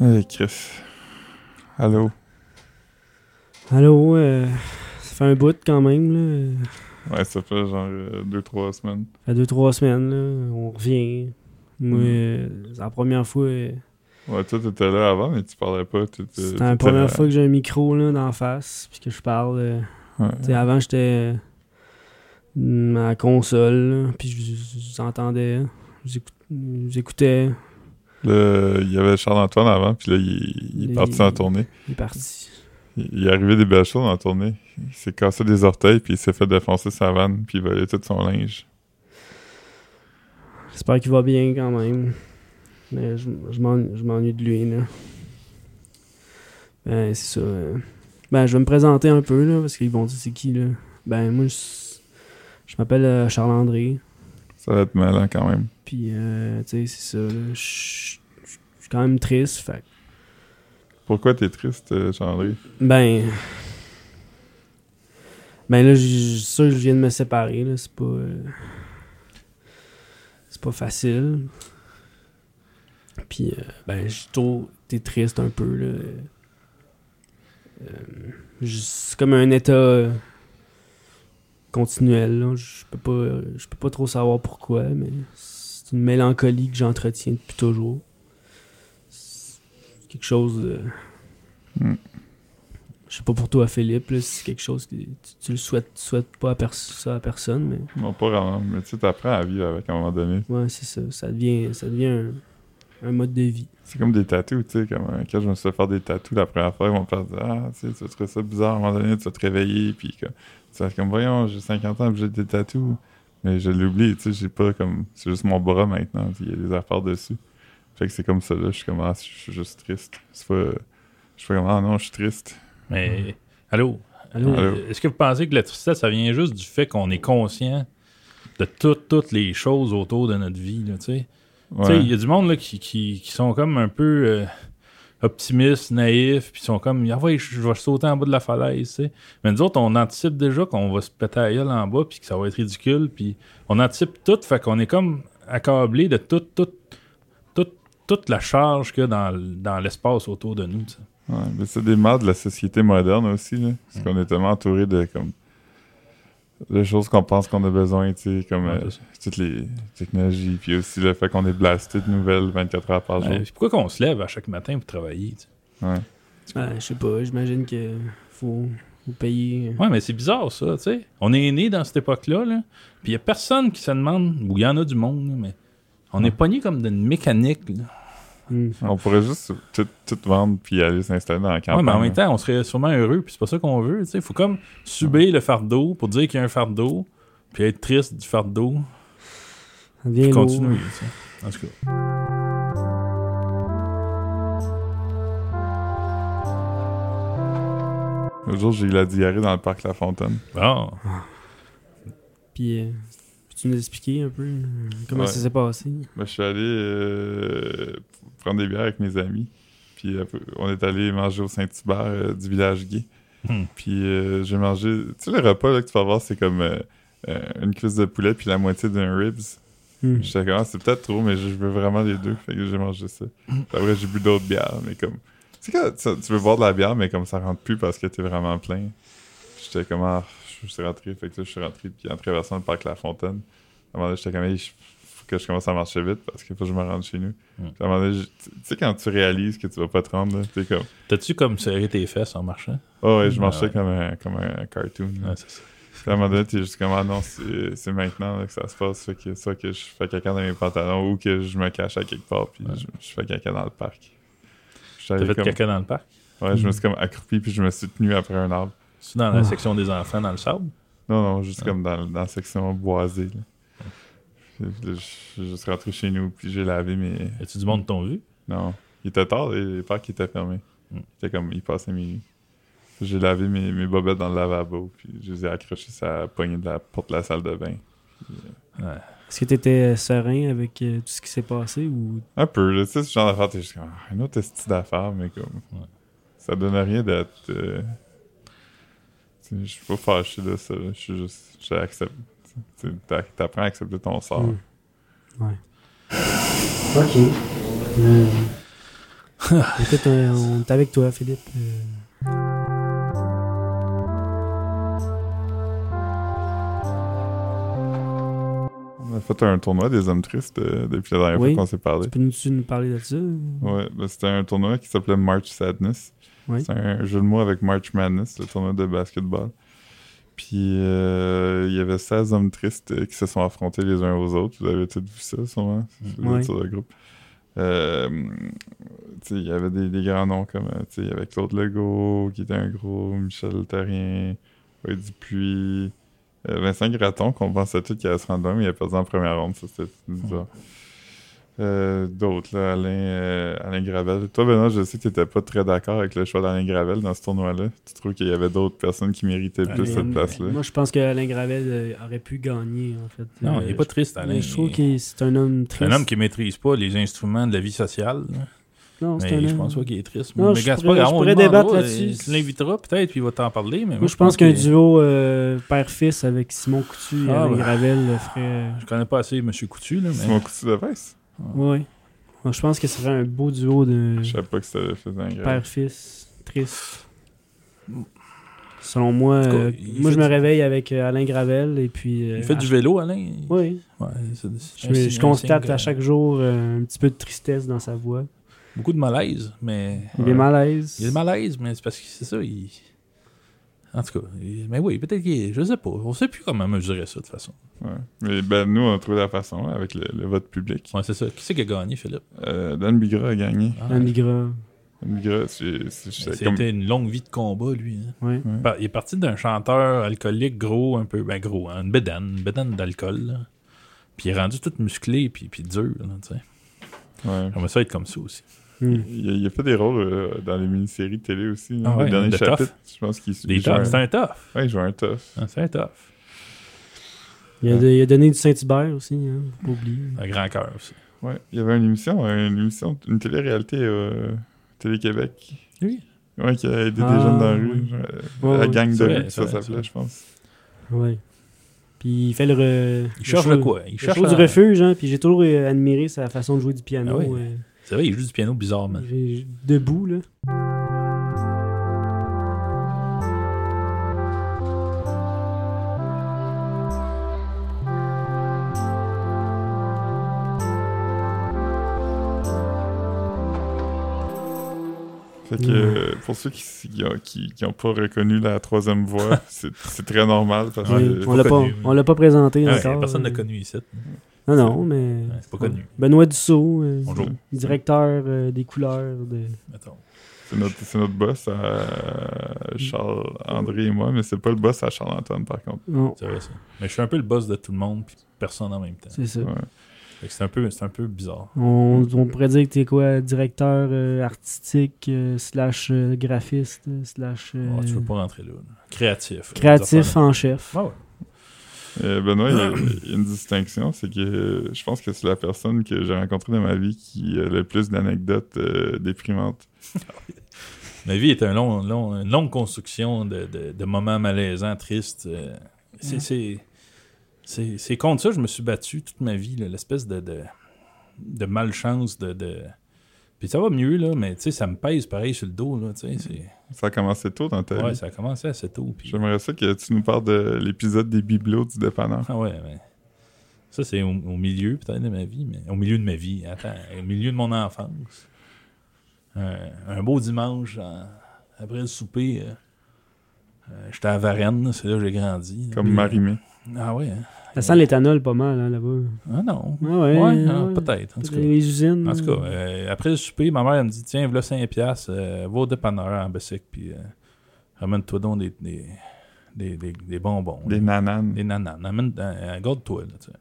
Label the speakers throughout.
Speaker 1: Hey, Chris. Allô?
Speaker 2: Allô, euh, ça fait un bout quand même. Là.
Speaker 1: Ouais, ça fait genre 2-3 semaines.
Speaker 2: Ça fait deux, trois semaines. là, On revient. Moi,
Speaker 1: Mm.
Speaker 2: euh, c'est la première fois. euh,
Speaker 1: Ouais, toi, t'étais là avant, mais tu parlais pas. t'étais-
Speaker 2: c'est
Speaker 1: t'étais-
Speaker 2: la première fois que j'ai un micro là, dans la face. Puis que je parle. euh,
Speaker 1: Ouais.
Speaker 2: tu sais, avant, j'étais euh, à la console. là, Puis je- je- j'entendais. j'écout- J'écoutais.
Speaker 1: Le- Il y avait Charles-Antoine avant, puis là, il, il est
Speaker 2: Il-
Speaker 1: parti en tournée.
Speaker 2: Il est parti.
Speaker 1: Il, il est arrivé des belles choses en tournée. Il s'est cassé des orteils, puis il s'est fait défoncer sa vanne, puis il volait tout son linge.
Speaker 2: J'espère qu'il va bien quand même. Mais je, je m'en- je m'ennuie de lui, là. Ben, c'est ça. euh. Ben, je vais me présenter un peu, là, parce qu'ils vont dire c'est qui, là. Ben, moi, je, je m'appelle euh, Charles-André.
Speaker 1: Ça va être malin quand même.
Speaker 2: Puis, euh, tu sais, c'est ça, là. Je je- je suis quand même triste, fait que-
Speaker 1: Pourquoi t'es triste, euh, Chandré?
Speaker 2: Ben. Ben, là, je- je- ça, je viens de me séparer, là. C'est pas. euh, C'est pas facile. Puis, euh, ben, je trouve. T'es triste un peu, là. Euh, je- c'est comme un état euh, continuel, là. Je peux pas. Je peux pas trop savoir pourquoi, mais c'est une mélancolie que j'entretiens depuis toujours. C'est quelque chose. de-
Speaker 1: Hmm.
Speaker 2: je sais pas pour toi, Philippe, là, si c'est quelque chose que tu, tu le souhaites, tu souhaites pas à pers- ça à personne, mais
Speaker 1: Non, pas vraiment, mais tu sais, t'apprends à vivre avec à un moment donné.
Speaker 2: ouais, c'est ça. Ça devient, ça devient un, un mode de vie.
Speaker 1: C'est comme des tatous, tu sais, comme euh, quand je me suis fait faire des tatous la première fois, ils vont me faire dire Ah, tu sais, tu vas trouver ça bizarre, à un moment donné, tu vas te réveiller, puis comme, tu vas être comme, voyons, j'ai 50 ans, puis j'ai des tatous. Mais je l'oublie, tu sais, j'ai pas comme, c'est juste mon bras maintenant, puis il y a des affaires dessus. Fait que c'est comme ça, là, je suis comme, ah, je suis juste triste. C'est pas, je suis pas comme, ah non, je suis triste.
Speaker 3: Mais allô,
Speaker 2: Allô?
Speaker 3: euh,
Speaker 1: Allô?
Speaker 3: est-ce que vous pensez que la tristesse, ça vient juste du fait qu'on est conscient de tout- toutes les choses autour de notre vie, là, tu sais? Tu sais,
Speaker 1: Ouais.
Speaker 3: Il y a du monde là, qui, qui, qui sont comme un peu euh, optimistes, naïfs, puis sont comme ah ouais, je je vais sauter en bas de la falaise. tu sais. Mais nous autres, on anticipe déjà qu'on va se péter la gueule en bas, puis que ça va être ridicule, puis on anticipe tout, fait qu'on est comme accablé de tout, tout, tout- toute la charge qu'il y a dans, l- dans l'espace autour de nous. tu sais.
Speaker 1: Ouais, mais c'est des mal de la société moderne aussi, là. Parce
Speaker 3: Mm.
Speaker 1: qu'on est tellement entouré de, comme, de choses qu'on pense qu'on a besoin, tu sais, comme
Speaker 3: Ouais,
Speaker 1: euh,
Speaker 3: c'est ça.
Speaker 1: toutes les technologies, puis aussi le fait qu'on est blasté de nouvelles 24 heures par jour.
Speaker 3: Ouais, puis pourquoi qu'on se lève à chaque matin pour travailler? tu sais?
Speaker 1: Ouais.
Speaker 2: Ben, je sais pas, j'imagine que faut, faut payer.
Speaker 3: Ouais, mais c'est bizarre ça, tu sais. On est né dans cette époque-là, là, puis il n'y a personne qui se demande, ou il y en a du monde, là, mais on est pogné comme d'une mécanique. là.
Speaker 2: Hmm.
Speaker 1: On pourrait juste tout, tout vendre puis aller s'installer dans la campagne.
Speaker 3: Ouais, mais en même
Speaker 1: là.
Speaker 3: temps, on serait sûrement heureux, puis c'est pas ça qu'on veut, tu sais. faut comme subir le fardeau pour dire qu'il y a un fardeau, puis être triste du fardeau,
Speaker 2: Ça devient
Speaker 3: puis
Speaker 2: lourd.
Speaker 3: continuer, tu sais. En tout cas.
Speaker 1: L'autre jour, j'ai eu la diarrhée dans le parc La Fontaine.
Speaker 3: Bon.
Speaker 2: Puis, euh, peux-tu nous expliquer un peu euh, comment
Speaker 1: Ouais.
Speaker 2: ça s'est passé?
Speaker 1: Ben, je suis allé euh, prendre des bières avec mes amis. Puis après, on est allé manger au Saint-Hubert euh, du village gay.
Speaker 3: Hmm.
Speaker 1: Puis euh, j'ai mangé. Tu sais, le repas là, que tu vas voir, c'est comme euh, euh, une cuisse de poulet puis la moitié d'un ribs.
Speaker 2: Hmm.
Speaker 1: J'étais comme, Ah, c'est peut-être trop, mais je veux vraiment les deux. Fait que j'ai mangé ça. Puis Après, j'ai bu d'autres bières, mais comme. Tu sais, quand ça- tu veux boire de la bière, mais comme ça rentre plus parce que t'es vraiment plein. J'étais comme, ah, je suis rentré. Fait que là, je suis rentré. Puis en traversant le parc La Fontaine, à un moment donné, j'étais comme, Hey, je- faut que je commence à marcher vite parce qu'il faut que je me rende chez nous.
Speaker 3: Mm.
Speaker 1: Puis à un moment donné, je- tu tu sais, quand tu réalises que tu vas pas te rendre, là, t'es comme,
Speaker 3: T'as-tu comme serré tes fesses en marchant?
Speaker 1: oh ouais, je
Speaker 3: Ouais,
Speaker 1: marchais
Speaker 3: ouais.
Speaker 1: comme un, comme un cartoon. là.
Speaker 3: Ouais, c'est ça.
Speaker 1: Puis à un moment donné, t'es juste comme, ah non, c'est c'est maintenant là, que ça se passe. Fait que soit que je fais caca dans mes pantalons ou que je me cache à quelque part, puis
Speaker 3: Ouais.
Speaker 1: je, je fais caca dans le parc. J'étais
Speaker 3: T'as
Speaker 1: allé
Speaker 3: fait
Speaker 1: comme-
Speaker 3: caca Mm. dans le parc?
Speaker 1: Ouais, je me suis comme accroupi, puis je me suis tenu après un arbre.
Speaker 3: C'est dans la
Speaker 2: Ah.
Speaker 3: section des enfants dans le sable?
Speaker 1: Non, non, juste
Speaker 3: Ah.
Speaker 1: comme dans, dans la section boisée. là. Puis là, je suis juste rentré chez nous, puis j'ai lavé mes.
Speaker 3: Y a-tu du monde qui t'ont vu?
Speaker 1: Non. Il était tard, les, les parcs étaient fermés.
Speaker 3: Mm.
Speaker 1: C'était comme, il passait minuit. J'ai lavé mes, mes bobettes dans le lavabo, puis je les ai accrochées sur la poignée de la porte de la salle de bain.
Speaker 3: Ouais.
Speaker 2: Est-ce que t'étais euh, serein avec euh, tout ce qui s'est passé ou
Speaker 1: Un peu, là, tu sais, ce genre d'affaire, t'es juste comme, Ah, un autre style d'affaire, mais comme,
Speaker 3: Ouais.
Speaker 1: ça donne rien d'être. euh, tu sais, Je suis pas fâché de ça, là. je suis juste, je l'accepte. Tu sais, t'a- T'apprends à accepter ton
Speaker 2: Hmm.
Speaker 1: sort.
Speaker 2: Mm. Ok. Euh, Écoute, euh, on est avec toi, Philippe. Euh,
Speaker 1: On a fait un tournoi des hommes tristes euh, depuis la dernière
Speaker 2: Oui.
Speaker 1: fois qu'on s'est parlé.
Speaker 2: Peux-tu nous parler de ça?
Speaker 1: Ouais, ben, c'était un tournoi qui s'appelait March Sadness.
Speaker 2: Oui.
Speaker 1: C'est un jeu de mots avec March Madness, le tournoi de basketball. Puis euh, il y avait 16 hommes tristes euh, qui se sont affrontés les uns aux autres. Vous avez tous vu ça, sûrement, si vous
Speaker 2: Oui.
Speaker 1: êtes sur le groupe. Euh, tu sais, il y avait des, des grands noms comme euh, tu sais, il y avait Claude Legault, qui était un gros, Michel Terrien, Roy Dupuis, euh, Vincent Gratton, qu'on pensait tout qu'il allait se rendre là, mais il a perdu en première ronde. Ça, c'était bizarre. Euh, D'autres, là, Alain, euh, Alain Gravel. Toi, Benoît, je sais que tu n'étais pas très d'accord avec le choix d'Alain Gravel dans ce tournoi-là. Tu trouves qu'il y avait d'autres personnes qui méritaient plus
Speaker 3: Alain,
Speaker 1: cette place-là?
Speaker 2: euh, Moi, je pense que Alain Gravel euh, aurait pu gagner, en fait.
Speaker 3: Non,
Speaker 2: Euh,
Speaker 3: il est pas triste, Alain.
Speaker 2: mais Je trouve que c'est un homme
Speaker 3: C'est
Speaker 2: triste.
Speaker 3: un homme qui maîtrise pas les instruments de la vie sociale. là.
Speaker 2: Non, c'est un
Speaker 3: Mais je
Speaker 2: homme-
Speaker 3: pense pas qu'il est triste.
Speaker 2: Non,
Speaker 3: mais
Speaker 2: je
Speaker 3: gars, c'est
Speaker 2: pourrais-
Speaker 3: pas grave,
Speaker 2: je
Speaker 3: on
Speaker 2: pourrais
Speaker 3: le demandera,
Speaker 2: débattre là-dessus.
Speaker 3: euh, Tu l'inviteras peut-être, puis il va t'en parler. Mais
Speaker 2: Moi, je pense qu'un
Speaker 3: que-
Speaker 2: duo euh, père-fils avec Simon Coutu et
Speaker 3: Ah,
Speaker 2: Alain
Speaker 3: ouais.
Speaker 2: Gravel le ferait. euh,
Speaker 3: Je connais pas assez M. Coutu, là,
Speaker 1: C'est
Speaker 3: mais
Speaker 1: mon coup de veste.
Speaker 2: Ouais. Moi, je pense que ce serait un beau duo de
Speaker 1: Je savais pas que c'était fait Alain Gravel.
Speaker 2: père-fils triste. Selon moi,
Speaker 3: tout cas,
Speaker 2: euh,
Speaker 3: il
Speaker 2: moi
Speaker 3: fait
Speaker 2: je me
Speaker 3: du-
Speaker 2: réveille avec euh, Alain Gravel et puis. euh,
Speaker 3: il fait
Speaker 2: à
Speaker 3: du
Speaker 2: chaque-
Speaker 3: vélo, Alain.
Speaker 2: Oui,
Speaker 3: Ouais, c'est- c'est
Speaker 2: je,
Speaker 3: un signe-
Speaker 2: je
Speaker 3: un
Speaker 2: constate
Speaker 3: signe que-
Speaker 2: à chaque jour euh, un petit peu de tristesse dans sa voix.
Speaker 3: Beaucoup de malaise, mais.
Speaker 2: Il
Speaker 1: Ouais.
Speaker 2: est mal à l'aise.
Speaker 3: Il est mal à l'aise, mais c'est parce que c'est ça, il. En tout cas, il- mais oui, peut-être qu'il est. Je sais pas. On sait plus comment mesurer ça, de toute façon.
Speaker 1: Ouais. Mais ben, nous, on a trouvé la façon là, avec le, le vote public.
Speaker 3: Ouais, c'est ça. Qui c'est qui a gagné, Philippe
Speaker 1: Euh, Dan Bigra a gagné.
Speaker 3: Ah,
Speaker 2: Un migrant.
Speaker 1: Dan Bigra, c'est c'est- c'est
Speaker 3: C'était
Speaker 1: comme...
Speaker 3: une longue vie de combat, lui. hein.
Speaker 2: Ouais.
Speaker 1: Ouais.
Speaker 3: Par- Il est parti d'un chanteur alcoolique gros, un peu, ben gros, hein, une bédane, une bédane d'alcool. là. Puis il est rendu tout musclé, puis, puis dur. là, tu sais.
Speaker 1: ouais.
Speaker 3: J'aimerais ça être comme ça aussi.
Speaker 2: Hmm.
Speaker 1: Il, a, il a fait des rôles euh, dans les mini-séries de télé aussi. là.
Speaker 3: Ah ouais,
Speaker 1: le dernier
Speaker 3: de
Speaker 1: chapitre, je pense qu'il
Speaker 3: Des
Speaker 1: il joue
Speaker 3: toughs, hein.
Speaker 1: un-
Speaker 3: c'est un tough.
Speaker 1: Ouais, il joue un tough.
Speaker 3: hein, C'est un tough.
Speaker 2: Il, a,
Speaker 1: Ouais.
Speaker 2: de- il a donné du Saint-Hubert aussi, hein, faut pas oublier.
Speaker 3: Un grand cœur aussi.
Speaker 1: Ouais. Il y avait une émission, euh, une émission, une télé-réalité euh, Télé-Québec.
Speaker 3: Oui.
Speaker 1: Ouais, qui a aidé
Speaker 2: Ah,
Speaker 1: des jeunes dans la rue.
Speaker 2: oui.
Speaker 1: genre,
Speaker 2: Ouais,
Speaker 1: la
Speaker 2: ouais.
Speaker 1: gang de
Speaker 3: C'est vrai,
Speaker 1: rue, ça
Speaker 3: c'est vrai, c'est
Speaker 1: s'appelait, je pense.
Speaker 2: Ouais. Puis il fait le. re-
Speaker 3: Il cherche
Speaker 2: show-
Speaker 3: le quoi Il
Speaker 2: le
Speaker 3: cherche
Speaker 2: show du
Speaker 3: la-
Speaker 2: refuge, hein, puis j'ai toujours euh, admiré sa façon de jouer du piano.
Speaker 3: Ah oui. ben.
Speaker 2: euh,
Speaker 3: C'est vrai, il joue du piano bizarre, man.
Speaker 2: j'ai- j'ai- debout, là.
Speaker 1: Fait
Speaker 2: Mm.
Speaker 1: que euh, pour ceux qui n'ont qui, qui ont pas reconnu la troisième voix, c'est c'est très normal parce
Speaker 3: Ouais,
Speaker 1: que
Speaker 2: on l'a pas,
Speaker 3: connu, oui.
Speaker 2: on l'a pas présenté
Speaker 3: Ah ouais,
Speaker 2: encore.
Speaker 3: personne
Speaker 2: euh,
Speaker 3: ne l'a connu ici.
Speaker 2: Non, non, mais.
Speaker 3: Ouais, c'est pas connu.
Speaker 2: Benoît Dussault, euh,
Speaker 3: Bonjour.
Speaker 2: directeur euh, des couleurs de.
Speaker 3: Mettons.
Speaker 1: c'est notre, c'est notre boss à Charles André et moi, mais c'est pas le boss à Charles Antoine par contre.
Speaker 2: Non,
Speaker 3: C'est vrai, ça. Mais je suis un peu le boss de tout le monde, puis personne en même temps.
Speaker 2: c'est ça.
Speaker 1: Ouais.
Speaker 3: Fait que C'est un, peu- c'est un peu bizarre.
Speaker 2: On, on pourrait dire que t'es quoi, directeur euh, artistique, euh, slash euh, graphiste, euh, slash euh,
Speaker 3: Ah, tu veux pas rentrer là. là. Créatif. là, des
Speaker 2: créatif hein.
Speaker 3: affaires
Speaker 2: en chef.
Speaker 3: de- Ah ouais.
Speaker 1: Euh, Benoît, il y, a, il y a une distinction, c'est que euh, je pense que c'est la personne que j'ai rencontrée dans ma vie qui a le plus d'anecdotes euh, déprimantes.
Speaker 3: Ma vie est un long, long- une longue construction de, de- de moments malaisants, tristes. euh, C'est, c'est, c'est- c'est contre ça que je me suis battu toute ma vie, là, l'espèce de, de, de malchance. De, de... Puis ça va mieux, là, mais tu sais, ça me pèse pareil sur le dos. Là, tu sais, c'est...
Speaker 1: Ça a commencé tôt dans ta
Speaker 3: Ouais,
Speaker 1: vie.
Speaker 3: ça a commencé assez tôt. Puis...
Speaker 1: J'aimerais ça que tu nous parles de l'épisode des bibelots du dépanneur.
Speaker 3: Ah ouais, mais... Ça, c'est au, au milieu peut-être de ma vie, mais au milieu de ma vie, attends, au milieu de mon enfance. Un, un beau dimanche, en- après le souper, euh, euh, j'étais à Varennes, c'est là que j'ai grandi. là.
Speaker 1: Comme
Speaker 3: Puis,
Speaker 1: Marimé.
Speaker 3: Ah ouais, hein?
Speaker 2: Ça sent l'éthanol pas mal hein, là-bas.
Speaker 3: Ah non.
Speaker 2: Ah ouais,
Speaker 3: Ouais,
Speaker 2: ouais.
Speaker 3: ah, peut-être, en tout cas.
Speaker 2: Les usines.
Speaker 3: En tout cas, euh, après le souper, ma mère elle me dit Tiens, voilà 5 piastres, euh, va au dépanneur en Bessic, puis euh, ramène-toi donc des, des, des, des- des bonbons. là.
Speaker 1: Des nananes.
Speaker 3: Des nananes. Amène, euh, garde-toi, là, tu sais.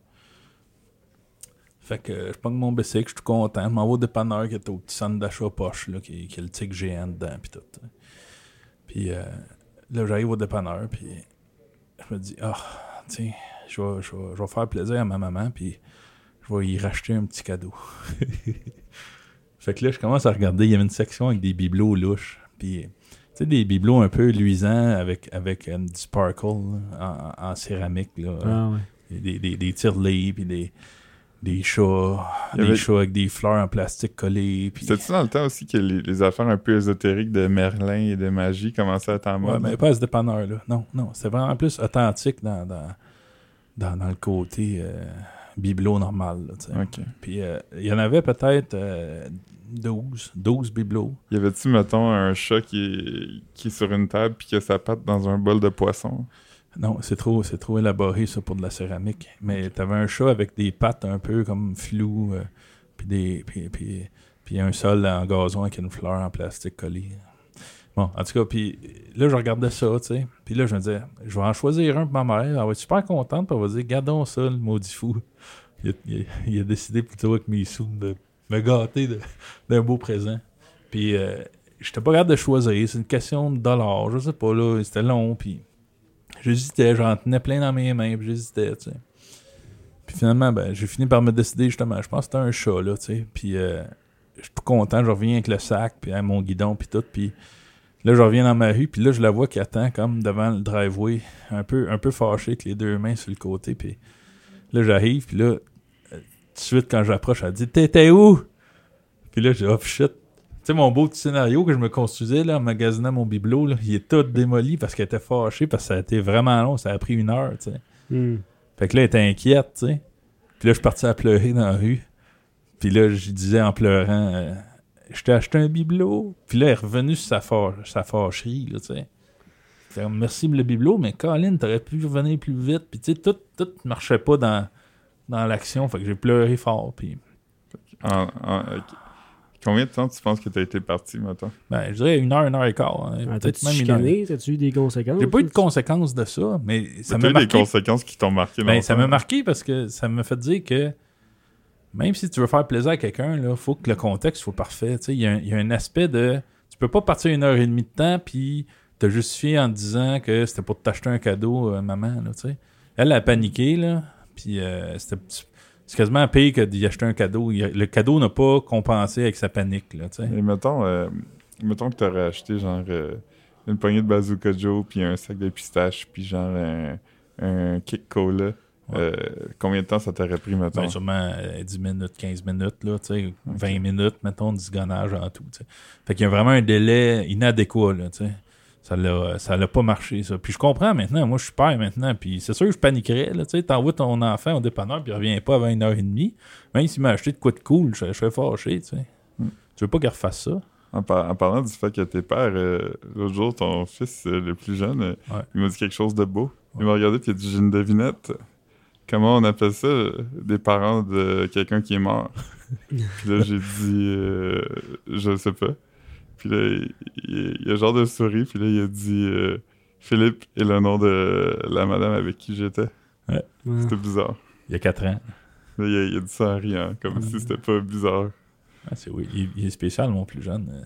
Speaker 3: Fait que euh, je prends mon bicycle, je suis tout content. Je m'en vais au dépanneur qui est au petit centre d'achat poche, là, qui, qui a le tic géant dedans, puis tout. tu sais. Puis euh, là, j'arrive au dépanneur, puis je me dis, ah, tiens, je vais, je, vais, je vais faire plaisir à ma maman, puis je vais y racheter un petit cadeau. fait que là, je commence à regarder, il y avait une section avec des bibelots louches, puis tu sais, des bibelots un peu luisants avec, avec euh, du sparkle là, en, en céramique, là.
Speaker 2: Ah ouais.
Speaker 3: Des, des, des tirelets, puis des, des chats,
Speaker 1: Il y avait-
Speaker 3: des chats avec des fleurs en plastique collées. Puis...
Speaker 1: C'était-tu dans le temps aussi que les, les affaires un peu ésotériques de Merlin et de magie commençaient à être en
Speaker 3: Ouais,
Speaker 1: mode?
Speaker 3: mais pas à ce dépanneur là. Non, non, c'était vraiment plus authentique dans, dans, dans, dans le côté euh, bibelot normal. là, tu sais.
Speaker 1: Ok.
Speaker 3: Puis euh, il y en avait peut-être euh, 12, 12 bibelots.
Speaker 1: Y avait-tu, mettons, un chat qui est, qui est sur une table puis que sa patte dans un bol de poisson?
Speaker 3: Non, c'est trop, c'est trop élaboré ça pour de la céramique. Mais t'avais un chat avec des pattes un peu comme floues, euh, puis des, puis, puis, puis un sol en gazon avec une fleur en plastique collée. Bon, en tout cas, puis là je regardais ça, tu sais. Puis là je me disais, je vais en choisir un pour ma mère. Elle va être super contente, puis elle va dire, gardons ça, le maudit fou. Il a, il a- il a décidé plutôt avec mes sous de me gâter de- d'un beau présent. Puis euh, j'étais pas capable de choisir. C'est une question de dollars, je sais pas là. C'était long, puis. J'hésitais, j'en tenais plein dans mes mains, puis j'hésitais, tu sais. Puis finalement, ben, j'ai fini par me décider, justement. Je pense que c'était un chat, là, tu sais. Puis euh, je suis tout content, je reviens avec le sac, puis hein, mon guidon, puis tout. Puis là, je reviens dans ma rue, puis là, je la vois qui attend, comme devant le driveway, un peu, un peu fâchée, avec les deux mains sur le côté. Puis là, j'arrive, puis là, euh, tout de suite, quand j'approche, elle dit T'étais où Puis là, j'ai dit Oh shit. Tu sais, mon beau petit scénario que je me construisais, là, en magasinant mon bibelot, là, il est tout démoli parce qu'elle était fâchée, parce que ça a été vraiment long, ça a pris une heure, tu sais.
Speaker 2: Hmm.
Speaker 3: Fait que là, elle était inquiète, tu sais. Puis là, je suis parti à pleurer dans la rue. Puis là, je disais en pleurant, euh, je t'ai acheté un bibelot. Puis là, elle est revenue sur sa, fâ- sa fâcherie, là, tu sais. Fait comme, merci pour le bibelot, mais Colin, t'aurais pu revenir plus vite. Puis tu sais, tout, tout marchait pas dans, dans l'action. Fait que j'ai pleuré fort. Puis
Speaker 1: En- en- ok. Combien de temps tu penses que t'as été parti, mettons?
Speaker 3: ben, je dirais une heure, une heure et quart. hein.
Speaker 2: Ah,
Speaker 3: Peut-être
Speaker 2: T'as-tu
Speaker 3: même une heure.
Speaker 2: chicané? T'as-tu eu des conséquences?
Speaker 3: J'ai pas eu de conséquences de ça, mais ça
Speaker 1: T'as
Speaker 3: m'a
Speaker 1: eu des
Speaker 3: marqué.
Speaker 1: conséquences hein. qui t'ont marqué
Speaker 3: Ben,
Speaker 1: longtemps.
Speaker 3: ça m'a marqué parce que ça m'a fait dire que même si tu veux faire plaisir à quelqu'un, il faut que le contexte soit parfait. Tu sais, Il y, a un- il y a un aspect de. Tu peux pas partir une heure et demie de temps puis te justifier en te disant que c'était pour t'acheter un cadeau, euh, maman. Là, tu sais. Elle a paniqué, là. Puis euh, c'était. C'est quasiment pire que d'y acheter un cadeau. Il y a- Le cadeau n'a pas compensé avec sa panique. Là, tu sais.
Speaker 1: Et mettons, euh, mettons que t'aurais acheté genre euh, une poignée de Bazooka Joe, puis un sac de pistache, puis genre un, un kick cola. Euh, combien de temps ça t'aurait pris, mettons?
Speaker 3: Ben, sûrement euh, 10 minutes, 15 minutes, là, tu sais, 20 minutes, mettons, de zigonnage en tout. tu sais. Fait qu'il y a vraiment un délai inadéquat. Là, tu sais. ça l'a ça l'a pas marché, ça. Puis je comprends maintenant, moi je suis père maintenant, puis c'est sûr que je paniquerais. là, tu sais. T'envoies ton enfant au dépanneur, puis il revient pas avant une heure et demie. Même s'il m'a acheté de quoi de cool, je, je serais fâché. Tu, sais. tu veux pas qu'il refasse ça?
Speaker 1: En, par- en parlant du fait que t'es père, euh, l'autre jour, ton fils euh, le plus jeune, euh,
Speaker 3: Ouais.
Speaker 1: il m'a dit quelque chose de beau. Il m'a regardé puis il a dit J'ai une devinette. Comment on appelle ça euh, des parents de quelqu'un qui est mort Puis là, j'ai dit euh, Je sais pas. Puis là, il, il- il a genre de souris, puis là, il a dit euh, Philippe est le nom de la madame avec qui j'étais.
Speaker 2: Ouais.
Speaker 1: C'était bizarre.
Speaker 3: Il y a 4 ans.
Speaker 1: Là, il, a, il a dit ça en riant, comme si c'était pas bizarre.
Speaker 3: Ah, c'est oui. Il, il est spécial, mon plus jeune. Euh,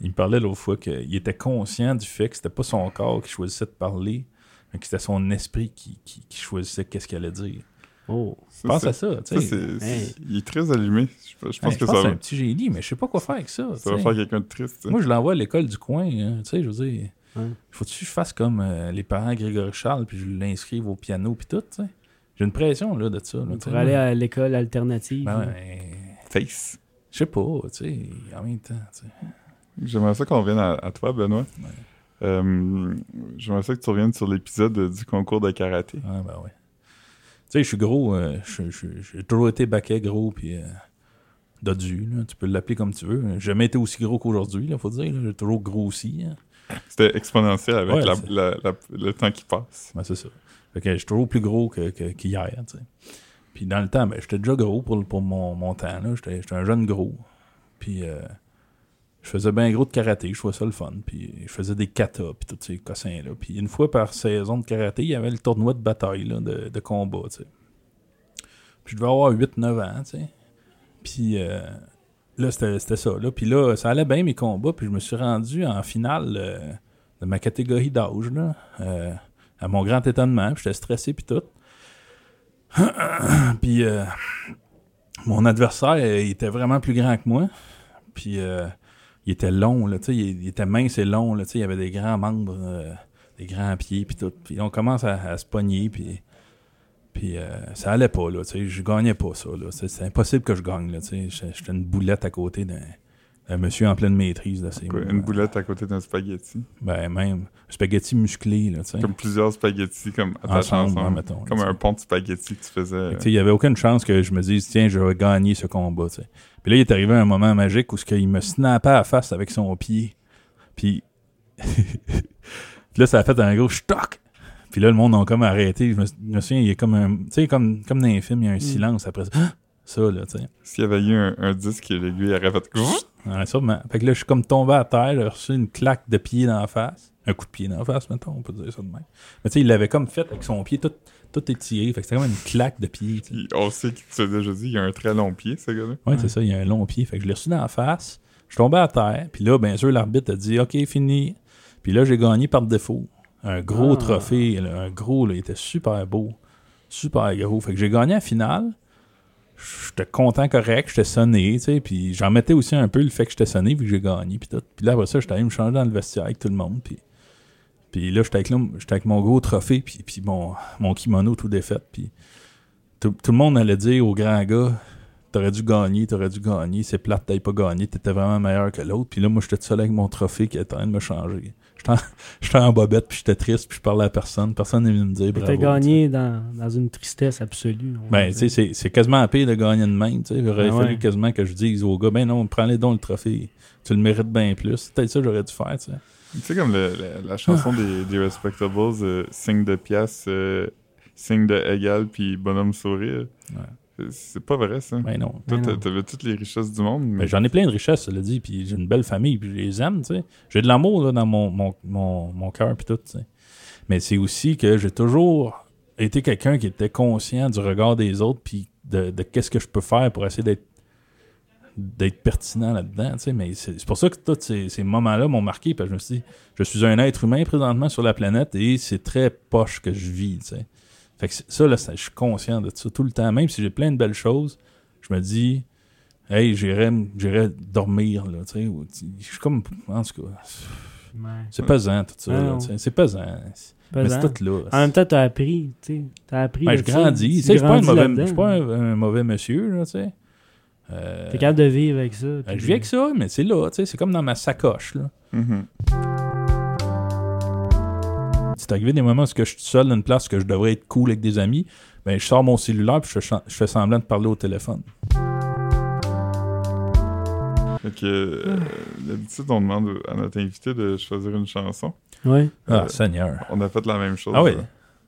Speaker 3: Il me parlait l'autre fois qu'il était conscient du fait que c'était pas son corps qui choisissait de parler, mais que c'était son esprit qui, qui, qui choisissait qu'est-ce qu'il allait dire.
Speaker 2: Oh.
Speaker 1: Ça,
Speaker 3: Pense
Speaker 1: c'est-
Speaker 3: à ça, tu
Speaker 1: ça,
Speaker 3: sais. Ouais,
Speaker 1: c'est-
Speaker 2: Hey.
Speaker 1: c'est- Il est très allumé. Je, je
Speaker 3: Je pense
Speaker 1: pense que ça
Speaker 3: c'est
Speaker 1: va.
Speaker 3: un petit génie, mais je sais pas quoi faire avec ça. tu
Speaker 1: Ça va
Speaker 3: sais.
Speaker 1: faire quelqu'un de triste. ça.
Speaker 3: Moi, je l'envoie à l'école du coin, hein, tu sais, je veux dire.
Speaker 2: Ouais.
Speaker 3: Faut-tu que je fasse comme euh, les parents à Grégory Charles, puis je l'inscrive au piano, puis tout, tu sais. J'ai une pression, là, de ça. là, tu sais,
Speaker 2: Pour
Speaker 3: moi.
Speaker 2: aller à l'école alternative.
Speaker 3: Ben ouais,
Speaker 1: Face.
Speaker 3: je sais pas, tu sais, en même temps, tu sais.
Speaker 1: J'aimerais ça qu'on revienne à, à toi, Benoît.
Speaker 3: Ouais.
Speaker 1: Euh, J'aimerais ça que tu reviennes sur l'épisode euh, du concours de karaté.
Speaker 3: Ah, ben ouais. Tu sais, je suis gros. euh, je- je- J'ai toujours été baquet gros, puis euh, dodu. là. Tu peux l'appeler comme tu veux. J'ai jamais été aussi gros qu'aujourd'hui, il faut dire. là. J'ai toujours grossi. hein.
Speaker 1: C'était exponentiel avec
Speaker 3: Ouais,
Speaker 1: la-
Speaker 3: c'est-
Speaker 1: la- la- le temps qui passe.
Speaker 3: Ben, c'est ça. Fait que je suis toujours plus gros que- que- qu'hier, tu sais. Puis dans le temps, ben, j'étais déjà gros pour, le- pour mon, mon temps, là. J'étais j'étais un jeune gros. Puis euh, je faisais bien gros de karaté, je trouvais ça le fun. Puis je faisais des katas, puis tous ces cossins-là. Puis une fois par saison de karaté, il y avait le tournoi de bataille, là, de, de combat, tu sais. Puis je devais avoir 8-9 ans, tu sais. Puis euh, là, c'était c'était ça, là. Puis là, ça allait bien mes combats, puis je me suis rendu en finale euh, de ma catégorie d'âge, là. Euh, à mon grand étonnement, puis j'étais stressé puis tout. puis euh, mon adversaire, euh, il était vraiment plus grand que moi. Puis euh, il était long, là, tu sais, il, il était mince et long, là, tu sais, il avait des grands membres, euh, des grands pieds puis tout. Puis on commence à, à se pogner puis Puis euh, ça allait pas, là, tu sais, je gagnais pas ça, là. C'est, c'est impossible que je gagne, là, tu sais. J'étais- J'étais une boulette à côté d'un, d'un monsieur en pleine maîtrise, là. C'est,
Speaker 1: Quoi, Une boulette à côté d'un spaghetti.
Speaker 3: Ben, même, un spaghetti musclé, là, tu sais.
Speaker 1: Comme plusieurs spaghettis comme attachés
Speaker 3: Ensemble,
Speaker 1: ensemble.
Speaker 3: ouais, mettons,
Speaker 1: comme
Speaker 3: tu sais.
Speaker 1: un euh, pont de spaghettis que tu faisais.
Speaker 3: Fait que, tu sais, Il n'y avait aucune chance que je me dise, tiens, je vais gagner ce combat. tu sais. Puis là, il est arrivé un moment magique où ce il me snappait à la face avec son pied. Puis Puis là, ça a fait un gros stock. Puis là, le monde a comme arrêté. Je me, je me souviens, il y a comme un. Tu sais, comme, comme dans les films, il y
Speaker 1: Mm.
Speaker 3: a un silence après ça. Ça, là, tu sais.
Speaker 1: S'il y avait eu un, un disque et l'aiguille il aurait fait.
Speaker 3: Ouais, sûrement. Fait que là, je suis comme tombé à terre, j'ai reçu une claque de pied dans la face. Un coup de pied dans la face, mettons, on peut dire ça de même. Mais tu sais, il l'avait comme fait avec son pied tout, tout étiré. Fait que c'était comme une claque de pied, tu sais.
Speaker 1: Il- On sait qu'il tu l'as déjà dit, il a un très long pied, ce gars-là.
Speaker 3: Ouais, c'est ça, il y a un long pied. Fait que je l'ai reçu dans la face. Je suis tombé à terre. Puis là, bien sûr, l'arbitre a dit OK, fini. Puis là, j'ai gagné par défaut. Un gros
Speaker 2: Ah.
Speaker 3: trophée, là, un gros, là, il était super beau. Super gros. Fait que j'ai gagné la finale. J'étais content correct, j'étais sonné, tu sais. Puis j'en mettais aussi un peu le fait que j'étais sonné vu que j'ai gagné. Puis, tout. puis là, après ça, j'étais allé me changer dans le vestiaire avec tout le monde. Puis, puis là, j'étais avec, là- j'étais avec mon gros trophée, puis, puis mon, mon kimono tout défait. Puis tout, tout le monde allait dire au grand gars T'aurais dû gagner, t'aurais dû gagner, c'est plate, t'avais pas gagné, t'étais vraiment meilleur que l'autre. Puis là, moi, j'étais tout seul avec mon trophée qui était en train de me changer. J'étais en, j'étais en bobette, puis j'étais triste, puis je parlais à personne. Personne n'est venu me dire bravo.
Speaker 2: T'as
Speaker 3: tu sais.
Speaker 2: gagné dans, dans une tristesse absolue. on va
Speaker 3: Ben,
Speaker 2: dire.
Speaker 3: tu sais, c'est- c'est quasiment pire de gagner de même. Tu sais, il aurait
Speaker 2: Ben
Speaker 3: fallu
Speaker 2: ouais.
Speaker 3: quasiment que je dise au gars, ben non, prends-les donc le trophée. Tu le mérites bien plus. C'est Peut-être ça que j'aurais dû faire, tu sais.
Speaker 1: Tu sais, comme le- la, la chanson des, des Respectables, euh, signe de pièce, euh, signe de égal, puis bonhomme sourire.
Speaker 3: Ouais.
Speaker 1: C'est- C'est pas vrai, ça.
Speaker 3: Ben non.
Speaker 1: Toi,
Speaker 2: Ben
Speaker 1: t'a-
Speaker 2: non.
Speaker 1: t'avais toutes les richesses du monde, mais
Speaker 3: Mais j'en ai plein de richesses, cela dit, puis j'ai une belle famille, puis je les aime, tu sais. J'ai de l'amour là, dans mon, mon, mon, mon cœur, puis tout, tu sais. Mais c'est aussi que j'ai toujours été quelqu'un qui était conscient du regard des autres, puis de, de qu'est-ce que je peux faire pour essayer d'être d'être pertinent là-dedans, tu sais, mais c'est c'est pour ça que tous ces, ces moments-là m'ont marqué, parce que je me suis dit, je suis un être humain présentement sur la planète et c'est très poche que je vis, tu sais. Fait que c'est- ça, là, ça, je suis conscient de ça tout le temps, même si j'ai plein de belles choses, je me dis, hey, j'irais m- j'irais dormir, là, tu sais, ou tu- je suis comme, en tout cas,
Speaker 2: Ouais.
Speaker 3: c'est pesant tout ça,
Speaker 2: Ah
Speaker 3: là,
Speaker 2: non.
Speaker 3: tu sais, c'est pesant, mais
Speaker 2: Pesant.
Speaker 3: c'est tout là.
Speaker 2: En même temps, t'as appris, tu sais. T'as appris.
Speaker 3: Ben,
Speaker 2: de
Speaker 3: je
Speaker 2: ça,
Speaker 3: grandis,
Speaker 2: tu
Speaker 3: tu sais, je suis pas, un
Speaker 2: grandis
Speaker 3: mauvais-
Speaker 2: là-dedans.
Speaker 3: je suis pas un, un mauvais monsieur, là, tu sais. Euh,
Speaker 2: T'es capable de vivre avec ça.
Speaker 3: ben,
Speaker 2: puis-
Speaker 3: je vis avec ça, mais c'est là, tu sais, c'est comme dans ma sacoche, là.
Speaker 1: Mhm.
Speaker 3: C'est arrivé des moments où est-ce que je suis seul dans une place que je devrais être cool avec des amis, ben je sors mon cellulaire puis je, fais chan- je fais semblant de parler au téléphone.
Speaker 1: Fait que, euh, d'habitude, on demande à notre invité de choisir une chanson.
Speaker 2: Ouais.
Speaker 3: Ah,
Speaker 1: Euh,
Speaker 3: Seigneur.
Speaker 1: on a fait la même chose.
Speaker 3: Ah oui,
Speaker 1: là.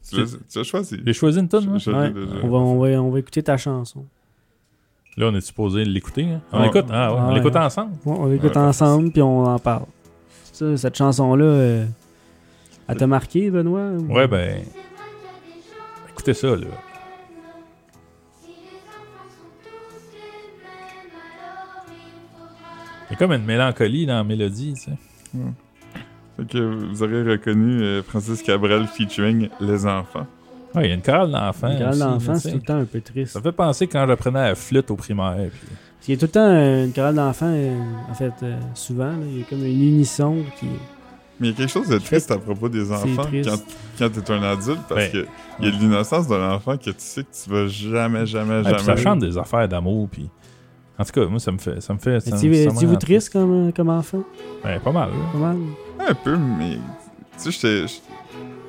Speaker 1: Tu l'as, tu as choisi.
Speaker 3: j'ai choisi une tonne, hein?
Speaker 1: Je- je l'ai
Speaker 2: Ouais.
Speaker 1: déjà.
Speaker 2: On va, on, va, on va écouter ta chanson.
Speaker 3: Là, on est supposé l'écouter. hein? On
Speaker 1: Ouais.
Speaker 3: l'écoute? Ah ouais,
Speaker 2: Ah
Speaker 3: on
Speaker 2: ouais.
Speaker 3: l'écoute ensemble.
Speaker 2: Ouais, on l'écoute
Speaker 1: Ouais.
Speaker 2: ensemble, puis on en parle. Ça, cette chanson-là, euh, elle t'a marqué, Benoît? ou-
Speaker 3: Ouais, ben. Écoutez ça, là. Il y a comme une mélancolie dans la mélodie, tu sais.
Speaker 1: Fait que vous aurez reconnu euh, Francis Cabrel featuring Les Enfants.
Speaker 3: Ouais, il y a une chorale d'enfant.
Speaker 2: Quand
Speaker 3: aussi, là,
Speaker 2: l'enfant,
Speaker 3: tu
Speaker 2: c'est
Speaker 3: sais.
Speaker 2: tout le temps un peu triste.
Speaker 3: Ça me fait penser quand j'apprenais à la flûte au primaire. puis-
Speaker 2: Parce qu'il y a tout le temps euh, une chorale d'enfants, euh, en fait, euh, souvent, là, il y a comme une unisson qui.
Speaker 1: Mais il y a quelque chose de triste à propos des enfants
Speaker 2: triste.
Speaker 1: quand, quand t'es un adulte parce
Speaker 3: Ouais.
Speaker 1: que il y a de l'innocence de l'enfant que tu sais que tu vas jamais, jamais,
Speaker 3: Ouais, puis ça
Speaker 1: jamais.
Speaker 3: chante des affaires d'amour, puis. En tout cas, moi, ça me fait. Ça me fait. ça me- ça me
Speaker 2: Étiez-vous
Speaker 3: rend-
Speaker 2: triste comme, euh, comme enfant?
Speaker 3: Ouais, pas mal, là.
Speaker 2: Comment?
Speaker 1: Un peu, mais tu sais, j'étais. j'-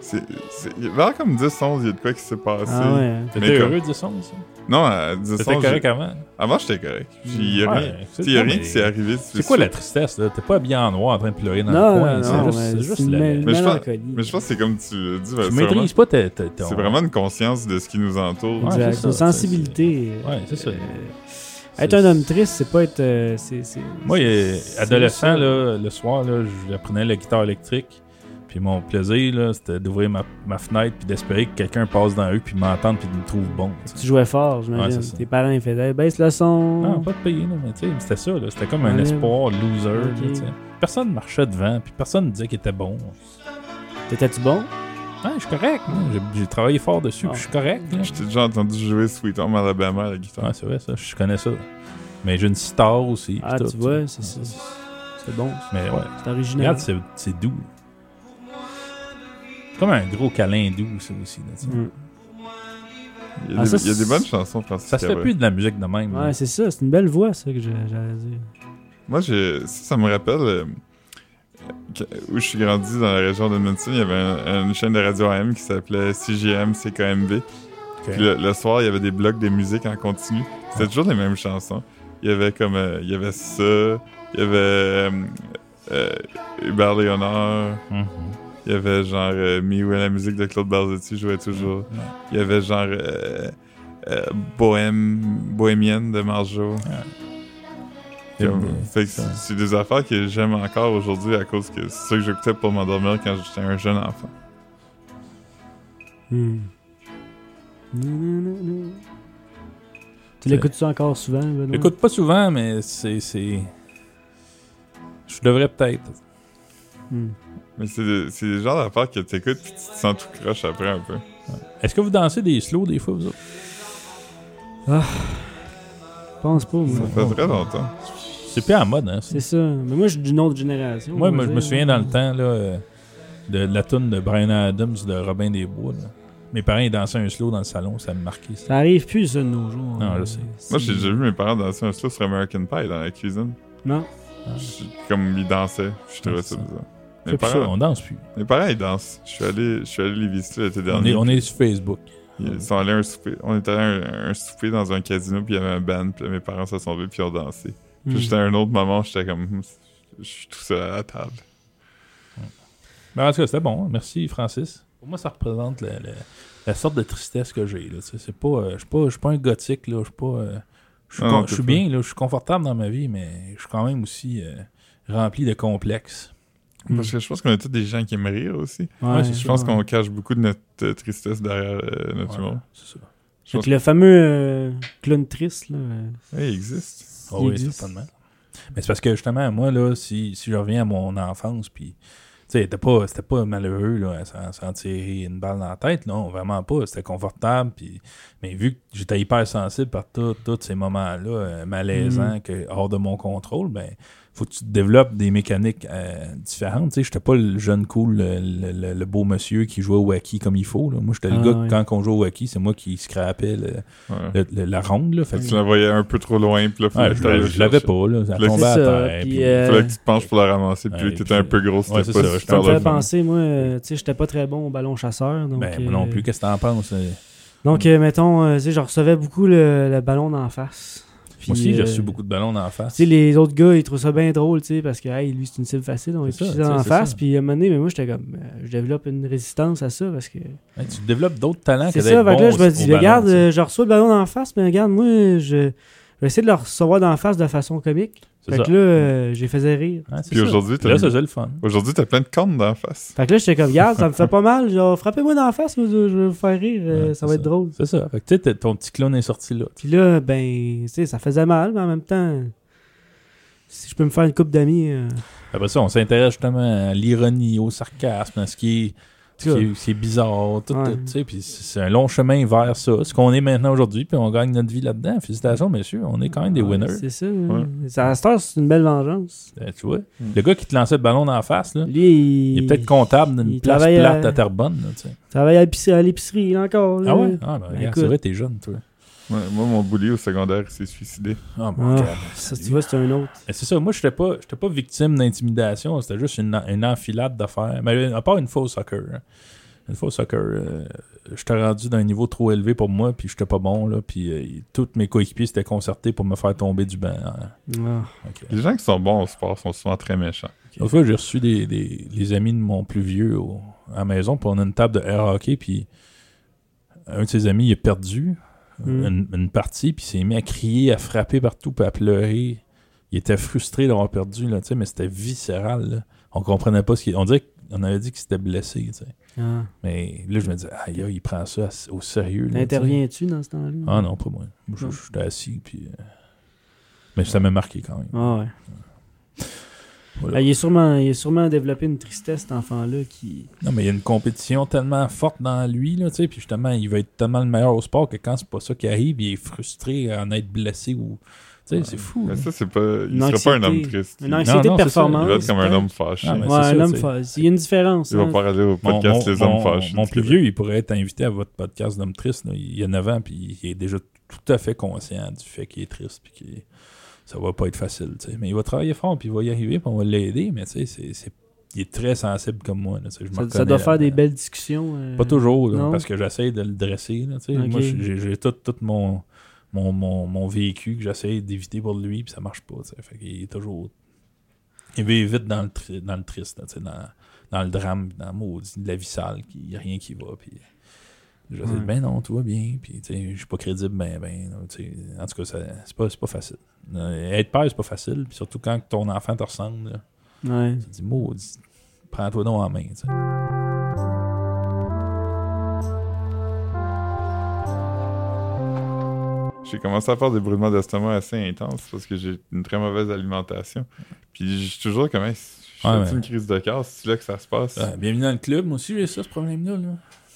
Speaker 1: C'est, c'est, vers comme 10, 11, il y a de quoi qui s'est passé.
Speaker 2: Ah ouais.
Speaker 1: Mais
Speaker 3: T'étais
Speaker 1: comme-
Speaker 3: heureux du son, ça?
Speaker 1: Non, à 10, 11.
Speaker 3: T'étais
Speaker 1: j'ai-
Speaker 3: correct avant?
Speaker 1: Avant, j'étais correct. Il y a
Speaker 3: Ouais,
Speaker 1: rien,
Speaker 3: c'est
Speaker 1: tu sais, y a
Speaker 3: ça,
Speaker 1: rien
Speaker 3: mais-
Speaker 1: qui s'est arrivé.
Speaker 3: C'est quoi la tristesse, là? T'es pas bien en noir en train de pleurer dans
Speaker 2: Non,
Speaker 3: le
Speaker 2: non,
Speaker 3: coin.
Speaker 2: non,
Speaker 3: c'est
Speaker 2: mais
Speaker 3: juste, c'est juste
Speaker 2: c'est
Speaker 3: la-
Speaker 2: une
Speaker 1: Mais je pense-
Speaker 2: mélancolie.
Speaker 1: Mais je pense que Euh, c'est comme tu l'as dit,
Speaker 3: Tu
Speaker 1: Vincent,
Speaker 3: maîtrises pas tes- tes- ton-
Speaker 1: C'est vraiment une conscience de ce qui nous entoure.
Speaker 3: Ouais,
Speaker 2: Exact.
Speaker 3: c'est ça,
Speaker 2: Une
Speaker 3: c'est-
Speaker 2: sensibilité. euh,
Speaker 3: Ouais, c'est ça.
Speaker 2: euh, être un homme triste, c'est pas être. euh, c'est- c'est-
Speaker 3: Moi, euh,
Speaker 2: c'est-
Speaker 3: adolescent,
Speaker 2: c'est-
Speaker 3: là, le soir, là, j'apprenais la guitare électrique. Puis mon plaisir, là, c'était d'ouvrir ma, ma fenêtre puis d'espérer que quelqu'un passe dans la rue puis m'entende puis me trouve bon. tu sais.
Speaker 2: Tu jouais fort, j'imagine.
Speaker 3: Ouais, c'est ça. Ah,
Speaker 2: Tes parents, ils faisaient baisse le son.
Speaker 3: Non, pas de payer, là, mais tu sais, c'était ça, là. C'était comme un
Speaker 2: Ouais.
Speaker 3: espoir loser, là,
Speaker 2: Ok.
Speaker 3: tu sais. Personne marchait devant, puis personne ne disait qu'il était bon.
Speaker 2: T'étais-tu bon?
Speaker 3: Ouais, je suis correct, là. J'ai- j'ai travaillé fort dessus,
Speaker 2: Ah.
Speaker 3: puis je suis correct, là.
Speaker 1: Je t'ai déjà entendu jouer Sweet Home Alabama à la guitare.
Speaker 2: Ah.
Speaker 3: Ouais, c'est vrai, ça, je connais ça. Mais j'ai une star aussi. puis
Speaker 2: Ah,
Speaker 3: tout,
Speaker 2: tu vois, c'est c'est- c'est bon. ça.
Speaker 3: Mais ouais.
Speaker 2: C'est original.
Speaker 3: Regarde, c'est- c'est doux. Mm. C'est comme un gros câlin doux, ça aussi. là, tu sais.
Speaker 2: Mm.
Speaker 1: Il y a,
Speaker 2: Ah,
Speaker 1: des,
Speaker 2: ça,
Speaker 1: il y a des
Speaker 2: c'est-
Speaker 1: bonnes chansons de Francis
Speaker 3: Ça se fait
Speaker 1: Cabrel.
Speaker 3: plus de la musique de même. là.
Speaker 2: Ouais, c'est ça, c'est une belle voix, ça que je- j'allais dire.
Speaker 1: Moi, j'ai- ça, ça me rappelle euh, que- où je suis grandi dans la région de Munson. Il y avait un- une chaîne de radio AM qui s'appelait CGM CKMV. Puis le, le soir, il y avait des blocs de musique en continu. C'était toujours les mêmes chansons. Il y avait comme. euh, il y avait ça. Il y avait. euh, euh, Hubert Léonard.
Speaker 3: Mhm.
Speaker 1: Il y avait genre. Euh, Me Will, la musique de Claude Barzetti jouait toujours. Il y avait genre. Euh, euh, Bohème. Bohémienne de Marjo.
Speaker 3: C'est
Speaker 1: Comme- euh,
Speaker 3: bien,
Speaker 1: fait que
Speaker 3: ça.
Speaker 1: c'est c'est des affaires que j'aime encore aujourd'hui à cause que c'est ça que j'écoutais pour m'endormir quand j'étais un jeune enfant.
Speaker 3: Mm.
Speaker 2: Hmm. Nanana. Tu l'écoutes-tu encore souvent, Benoît?
Speaker 3: J'écoute pas souvent, mais c'est. c'est- Je devrais peut-être.
Speaker 2: Hmm.
Speaker 1: Mais c'est des, c'est des genres d'affaires que t'écoutes pis tu te sens tout croche après un peu.
Speaker 3: Est-ce que vous dansez des slow des fois, vous autres?
Speaker 2: Je pense pas, moi.
Speaker 1: Ça fait très longtemps.
Speaker 3: C'est plus à la mode, hein? ça.
Speaker 2: C'est ça. Mais moi, je suis d'une autre génération.
Speaker 3: Moi,
Speaker 2: on va
Speaker 3: moi, je me
Speaker 2: dire.
Speaker 3: souviens dans le temps là, euh, de, de la tune de Brian Adams de Robin des Bois. là. Mes parents ils dansaient un slow dans le salon, ça me marquait ça.
Speaker 2: Ça arrive plus, ça, de nos jours.
Speaker 3: Non, je sais.
Speaker 1: Moi, j'ai déjà vu mes parents danser un slow sur American Pie dans la cuisine.
Speaker 2: Non.
Speaker 1: J'ai- Comme ils dansaient, je trouvais ça bizarre. Mes
Speaker 3: Fait plus ça,
Speaker 1: parents,
Speaker 3: on danse plus.
Speaker 1: mes parents, ils dansent. Je suis allé, je suis allé les visiter l'été
Speaker 3: On est,
Speaker 1: dernier.
Speaker 3: on est sur Facebook.
Speaker 1: Ils sont allés à un souper. On était allé à un, un souper dans un casino puis il y avait un band puis là, mes parents se sont vus puis ils ont dansé. Puis
Speaker 2: Hmm.
Speaker 1: j'étais à un autre moment, j'étais comme, Hum, je suis tout seul à la table.
Speaker 3: Mais en tout cas, c'était bon. hein. Merci, Francis. Pour moi, ça représente la, la- la sorte de tristesse que j'ai. là, tu sais. C'est pas, euh, je suis pas, je suis pas un gothique. là, Je suis pas, euh, je suis
Speaker 1: Ah, Non,
Speaker 3: con-
Speaker 1: non,
Speaker 3: je suis
Speaker 1: t'es
Speaker 3: bien. là, Je suis confortable dans ma vie, mais je suis quand même aussi euh, rempli de complexes.
Speaker 1: Parce que je pense qu'on est tous des gens qui aiment rire aussi.
Speaker 2: Mm. Ouais,
Speaker 3: Hmm. c'est
Speaker 1: Je
Speaker 3: sûr.
Speaker 1: pense qu'on cache beaucoup de notre euh, tristesse derrière euh, notre
Speaker 3: Ouais,
Speaker 1: humour.
Speaker 3: c'est ça.
Speaker 1: je
Speaker 2: Fait
Speaker 1: pense-
Speaker 2: que le fameux euh, clown triste, là. euh,
Speaker 1: Ouais, il existe.
Speaker 3: Ah
Speaker 2: il
Speaker 3: oui,
Speaker 2: existe.
Speaker 3: certainement. Mais c'est parce que justement, moi, là, si, si je reviens à mon enfance, puis, tu sais, c'était pas, c'était pas malheureux, là, à s'en- s'en tirer une balle dans la tête, non, vraiment pas. C'était confortable, puis, mais vu que j'étais hyper sensible par tout- tous ces moments-là, euh,
Speaker 2: Mm.
Speaker 3: malaisants, que, hors de mon contrôle, ben, faut que tu développes des mécaniques euh, différentes. Tu sais, j'étais pas le jeune cool, le, le- le- le beau monsieur qui jouait au wacky comme il faut, là. Moi, j'étais le
Speaker 2: Ah,
Speaker 3: gars, que
Speaker 2: ouais.
Speaker 3: quand on jouait au wacky, c'est moi qui scrapais le-
Speaker 1: Ouais.
Speaker 3: le- le- la ronde, là.
Speaker 1: Fait
Speaker 3: Fait
Speaker 1: que
Speaker 3: que-
Speaker 1: tu la voyais un peu trop loin, puis là,
Speaker 3: Ouais,
Speaker 1: fallait que
Speaker 3: je
Speaker 1: t'ailles
Speaker 3: l'avais-
Speaker 1: le
Speaker 3: je l'avais
Speaker 1: chercher.
Speaker 3: pas, là. Ça
Speaker 1: Puis là,
Speaker 3: tombait à
Speaker 2: c'est ça,
Speaker 3: terre.
Speaker 2: puis,
Speaker 3: puis-
Speaker 2: euh,
Speaker 1: Fallait que tu te penches pour la ramasser, puis
Speaker 3: Ouais,
Speaker 1: là,
Speaker 3: puis
Speaker 1: t'étais un
Speaker 3: c'est-
Speaker 1: peu grosse,
Speaker 3: ouais,
Speaker 1: t'étais
Speaker 3: c'est
Speaker 1: pas si
Speaker 3: ça, je
Speaker 2: Ça
Speaker 1: faire
Speaker 3: t'en
Speaker 2: me fait
Speaker 1: le fun.
Speaker 2: penser, moi, euh, tu sais, j'étais pas très bon au ballon chasseur. Donc,
Speaker 3: Ben,
Speaker 2: euh,
Speaker 3: moi non plus, qu'est-ce que t'en penses? euh?
Speaker 2: Donc, euh, mettons, euh, tu sais, je recevais beaucoup le, le ballon d'en face. Puis,
Speaker 3: Moi aussi, j'ai
Speaker 2: euh,
Speaker 3: reçu beaucoup de ballons d'en face.
Speaker 2: Tu sais, les autres gars, ils trouvent ça bien drôle, tu sais, parce que, hey, lui, c'est une cible facile, on est
Speaker 3: C'est ça,
Speaker 2: tous
Speaker 3: tu sais,
Speaker 2: en
Speaker 3: c'est
Speaker 2: face.
Speaker 3: ça.
Speaker 2: Puis, à un moment donné, mais moi, j'étais comme, euh, je développe une résistance à ça, parce que.
Speaker 3: Hey, tu développes d'autres talents Hein, que
Speaker 2: C'est ça,
Speaker 3: d'être
Speaker 2: fait que
Speaker 3: bon
Speaker 2: là, je
Speaker 3: au-
Speaker 2: me
Speaker 3: au
Speaker 2: dis,
Speaker 3: ballon,
Speaker 2: regarde,
Speaker 3: tu sais.
Speaker 2: euh, je reçois le ballon d'en face, mais regarde, moi, je, je vais essayer de le recevoir d'en face de façon comique.
Speaker 3: C'est
Speaker 2: Fait
Speaker 3: ça.
Speaker 2: que là, euh, je les faisais rire.
Speaker 3: Ouais, c'est
Speaker 1: Puis
Speaker 3: ça.
Speaker 1: aujourd'hui,
Speaker 3: Là, ça,
Speaker 1: t'as
Speaker 3: c'est le fun.
Speaker 1: aujourd'hui, t'as plein de cornes dans la face.
Speaker 2: Fait que là, j'étais comme, regarde, ça me fait pas mal, genre, frappez-moi d'en face, moi, je je vais vous faire rire, euh,
Speaker 3: Ouais,
Speaker 2: ça va
Speaker 3: c'est
Speaker 2: être drôle.
Speaker 3: C'est ça. Fait que, tu sais, t'es- ton petit clown est sorti là.
Speaker 2: Puis là, ben, tu sais, ça faisait mal, mais en même temps, si je peux me faire une coupe d'amis. euh,
Speaker 3: Après ça, on s'intéresse justement à l'ironie, au sarcasme, à ce qui est, ce qui est- ce qui est bizarre. tout,
Speaker 2: Ouais.
Speaker 3: tout, tu sais, puis c'est c'est un long chemin vers ça. Ce qu'on est maintenant aujourd'hui, puis on gagne notre vie là-dedans. Félicitations, messieurs. On est quand même des
Speaker 2: ouais,
Speaker 3: winners.
Speaker 2: C'est ça. hein. Ça, à cette heure, c'est une belle vengeance.
Speaker 3: Euh, tu vois,
Speaker 2: Mm.
Speaker 3: le gars qui te lançait le ballon d'en face, là,
Speaker 2: Lui,
Speaker 3: il est peut-être comptable d'une
Speaker 2: il
Speaker 3: place
Speaker 2: travaille à-
Speaker 3: plate à Terrebonne. là, tu sais.
Speaker 2: il travaille à l'épicerie- à l'épicerie, là, encore. là.
Speaker 3: Ah ouais? Ah, ben, regarde, c'est
Speaker 2: écoute.
Speaker 3: vrai, t'es jeune, toi.
Speaker 1: Ouais, moi, mon bully au secondaire, il s'est suicidé.
Speaker 3: Ah,
Speaker 2: Ah,
Speaker 3: mon gars.
Speaker 2: Ça, tu vois, c'est un autre.
Speaker 3: Mais C'est ça, moi, j'étais pas, j'étais pas victime d'intimidation, c'était juste une, une enfilade d'affaires. Mais à part une fois au soccer. hein. Une fois au soccer, euh, j'étais rendu d'un niveau trop élevé pour moi, puis j'étais pas bon, là, puis euh, tous mes coéquipiers s'étaient concertés pour me faire tomber du banc. hein.
Speaker 2: Ah.
Speaker 3: Ok.
Speaker 1: Les gens qui sont bons au sport sont souvent très méchants.
Speaker 3: L'autre fois, j'ai reçu des, des- les amis de mon plus vieux au- à la maison, puis on a une table de air hockey, puis un de ses amis, il a perdu
Speaker 2: Mm.
Speaker 3: une, une partie, puis il s'est mis à crier, à frapper partout, puis à pleurer. Il était frustré d'avoir perdu, là, tu sais, mais c'était viscéral. là. On comprenait pas ce qu'il... On dirait qu'on avait dit qu'il s'était blessé, tu sais.
Speaker 2: Ah.
Speaker 3: Mais là, je me dis, aïe, aïe, il prend ça à- au sérieux. là, tu sais.
Speaker 2: Interviens-tu dans ce temps-là?
Speaker 3: Ah non, pas moi. Moi, je-
Speaker 2: Non.
Speaker 3: J'étais assis, puis... euh, Mais ça m'a marqué quand même.
Speaker 2: Ah ouais.
Speaker 3: Voilà.
Speaker 2: Ah, il, est sûrement, il est sûrement développé une tristesse, cet enfant-là, qui...
Speaker 3: Non, mais il y a une compétition tellement forte dans lui, là, tu sais, puis justement, il va être tellement le meilleur au sport que quand c'est pas ça qui arrive, il est frustré à en être blessé ou sais, c'est fou.
Speaker 1: Mais
Speaker 3: là.
Speaker 1: ça, c'est pas. Il
Speaker 2: Une
Speaker 1: serait pas un homme
Speaker 2: anxiété.
Speaker 1: triste.
Speaker 2: Une
Speaker 1: il
Speaker 2: anxiété
Speaker 3: non,
Speaker 2: de
Speaker 3: c'est ça. Il
Speaker 1: il
Speaker 2: performance.
Speaker 1: va être comme un
Speaker 2: ouais.
Speaker 1: homme fâché.
Speaker 3: Ah, mais
Speaker 1: il
Speaker 3: c'est
Speaker 2: Ouais,
Speaker 3: ça,
Speaker 2: un homme
Speaker 3: t'sais.
Speaker 2: fâché. Il y a une différence.
Speaker 1: va
Speaker 2: hein.
Speaker 1: pas aller au
Speaker 3: Mon,
Speaker 1: podcast
Speaker 3: mon-
Speaker 1: Les hommes
Speaker 3: mon-
Speaker 1: fâchés.
Speaker 3: mon
Speaker 1: du
Speaker 3: plus
Speaker 1: Québec.
Speaker 3: vieux, il pourrait être invité à votre podcast d'homme triste. là. Il y a 9 ans, puis il est déjà tout à fait conscient du fait qu'il est triste, puis qu'il ça va pas être facile. tu sais. Mais il va travailler fort, puis il va y arriver, puis on va l'aider. Mais tu sais, c'est- c'est- il est très sensible comme moi. là, tu sais, je me
Speaker 2: Ça, ça
Speaker 3: reconnais
Speaker 2: doit faire des
Speaker 3: là-dedans.
Speaker 2: belles discussions. euh,
Speaker 3: Pas toujours, là,
Speaker 2: Non?
Speaker 3: parce que j'essaie de le dresser. là, tu sais.
Speaker 2: Ok.
Speaker 3: Moi, j'ai j'ai tout, tout mon, mon, mon, mon vécu que j'essaie d'éviter pour lui, puis ça marche pas. tu sais. Fait qu'il est toujours. Il vit vite dans le, tri- dans le triste, là, tu sais, dans, dans le drame, puis dans le maudit, de la vie sale, il n'y a rien qui va. Puis j'essaie de
Speaker 1: Ouais.
Speaker 3: ben non, tout va bien, puis tu sais, je suis pas crédible, ben ben. là, tu sais. En tout cas, ça- c'est pas, c'est pas facile. Euh, être père, c'est pas facile, puis surtout quand ton enfant te ressemble, là,
Speaker 2: Ouais.
Speaker 3: tu te dis maudit, prends-toi donc en main. tu sais.
Speaker 1: J'ai commencé à faire des brûlements d'estomac assez intenses parce que j'ai une très mauvaise alimentation. Puis je suis toujours comme, hey, je fais
Speaker 3: Ouais, mais-
Speaker 1: une crise de cœur, c'est là que ça se passe.
Speaker 3: Ouais, Euh, bienvenue dans le club. Moi aussi, j'ai ça, ce problème-là. Là.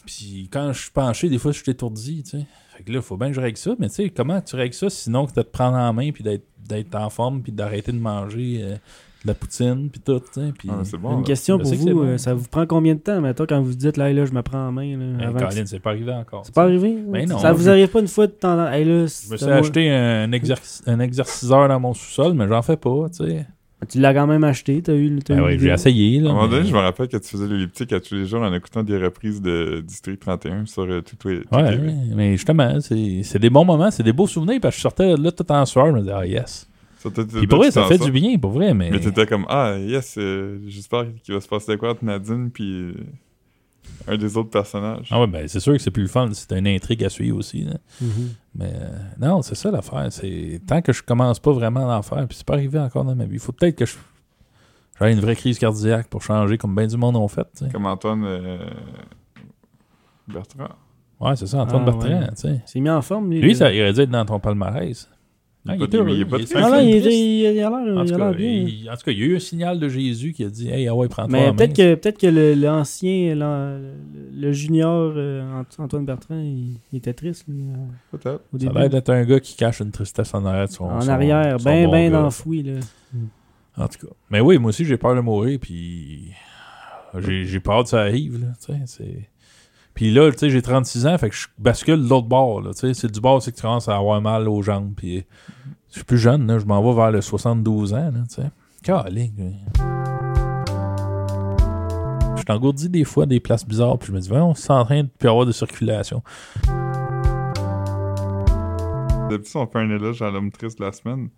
Speaker 3: Puis quand je suis penché, des fois, je suis étourdi, tu sais. Fait que là, faut bien que je règle ça. Mais tu sais, comment tu règles ça sinon que de te prendre en main, puis d'être, d'être en forme, puis d'arrêter de manger euh, de la poutine, puis tout, tu sais. Puis... Hein,
Speaker 1: Ah, mais c'est bon.
Speaker 2: une
Speaker 1: là.
Speaker 2: question
Speaker 3: Je
Speaker 2: pour
Speaker 3: sais que c'est
Speaker 2: vous.
Speaker 3: bon.
Speaker 2: euh, ça vous prend combien de temps, maintenant, quand vous dites, là, hey, là, je me prends en main, là,
Speaker 3: Hey,
Speaker 2: avant que-
Speaker 3: Ben, Colin, c'est pas arrivé
Speaker 2: Ah, ben, C'est
Speaker 3: encore. tu sais.
Speaker 2: pas arrivé? hein?
Speaker 3: Ben non,
Speaker 2: ça vous
Speaker 3: je-
Speaker 2: arrive pas une fois de temps en temps? Hey, là,
Speaker 3: Je me suis
Speaker 2: c'est à moi.
Speaker 3: acheté un, exercice, un exerciceur dans mon sous-sol, mais j'en fais pas, tu sais.
Speaker 2: Tu l'as quand même acheté, t'as eu, t'as
Speaker 3: Ben
Speaker 2: eu
Speaker 3: ouais,
Speaker 2: l'idée.
Speaker 3: j'ai essayé,
Speaker 1: À
Speaker 3: là.
Speaker 1: un moment
Speaker 3: mais-
Speaker 1: donné, je me rappelle que tu faisais l'elliptique à tous les jours en écoutant des reprises de District 31 sur euh, tout, tout, tout
Speaker 3: Ouais,
Speaker 1: Québec.
Speaker 3: ouais, mais justement, c'est, c'est des bons moments, c'est des beaux souvenirs, parce que je sortais de là tout en sueur, je me disais, ah yes.
Speaker 1: Ça, t'as- t'as-
Speaker 3: Puis pour vrai,
Speaker 1: tu
Speaker 3: ça
Speaker 1: t'en
Speaker 3: fait
Speaker 1: sors.
Speaker 3: du bien, pour vrai, mais.
Speaker 1: Mais t'étais comme, ah, yes, euh, j'espère qu'il va se passer de quoi entre Nadine puis euh, un des autres personnages.
Speaker 3: Ah ouais, ben c'est sûr que c'est plus le fun, c'est une intrigue à suivre aussi. là.
Speaker 2: Mhm.
Speaker 3: Mais euh, non, c'est ça l'affaire. C'est tant que je commence pas vraiment à en faire, puis c'est pas arrivé encore dans ma vie. Il faut peut-être que je j'aille une vraie crise cardiaque pour changer, comme bien du monde ont fait. tu sais.
Speaker 1: Comme Antoine euh, Bertrand.
Speaker 3: Ouais, c'est ça, Antoine
Speaker 2: Ah,
Speaker 3: Bertrand.
Speaker 2: ouais.
Speaker 3: tu sais.
Speaker 2: C'est mis en forme, lui.
Speaker 3: Lui,
Speaker 2: le-
Speaker 3: ça irait dire dans ton palmarès.
Speaker 1: Il est
Speaker 3: Ah,
Speaker 1: pas-
Speaker 3: était-
Speaker 1: il est pas
Speaker 3: était-
Speaker 1: triste.
Speaker 2: Ah non, il,
Speaker 3: triste.
Speaker 2: il- il a l'air
Speaker 3: En
Speaker 2: il
Speaker 3: tout
Speaker 2: a l'air
Speaker 3: cas,
Speaker 2: bien. hein.
Speaker 3: il- en tout cas, il y a eu un signal de Jésus qui a dit Hey, ah ouais, prends-toi. en
Speaker 2: Mais
Speaker 3: main.
Speaker 2: peut-être que, peut que le- l'ancien, l'an- le, le junior euh, Ant- Antoine Bertrand, il, il était triste lui, euh,
Speaker 1: Peut-être.
Speaker 2: au
Speaker 3: Ça
Speaker 2: début.
Speaker 3: a l'air d'être un gars qui cache une tristesse en arrière de son.
Speaker 2: en
Speaker 3: son-
Speaker 2: arrière,
Speaker 3: son
Speaker 2: ben,
Speaker 3: bon
Speaker 2: ben
Speaker 3: gars.
Speaker 2: enfoui. Là.
Speaker 3: En tout cas. Mais oui, moi aussi, j'ai peur de mourir, puis j'ai j'ai peur que ça arrive, là, tu sais, c'est- Puis là, tu sais, j'ai 36 ans, fait que je bascule de l'autre bord, là, tu sais. C'est du bord, c'est que tu commences à avoir mal aux jambes, puis je suis plus jeune, là, je m'en vais vers le 72 ans, là, tu sais. Calique, là. Je t'engourdis des fois des places bizarres, puis je me dis, on s'entraîne de plus avoir de circulation.
Speaker 1: D'habitude, on fait un éloge à l'homme triste de la semaine.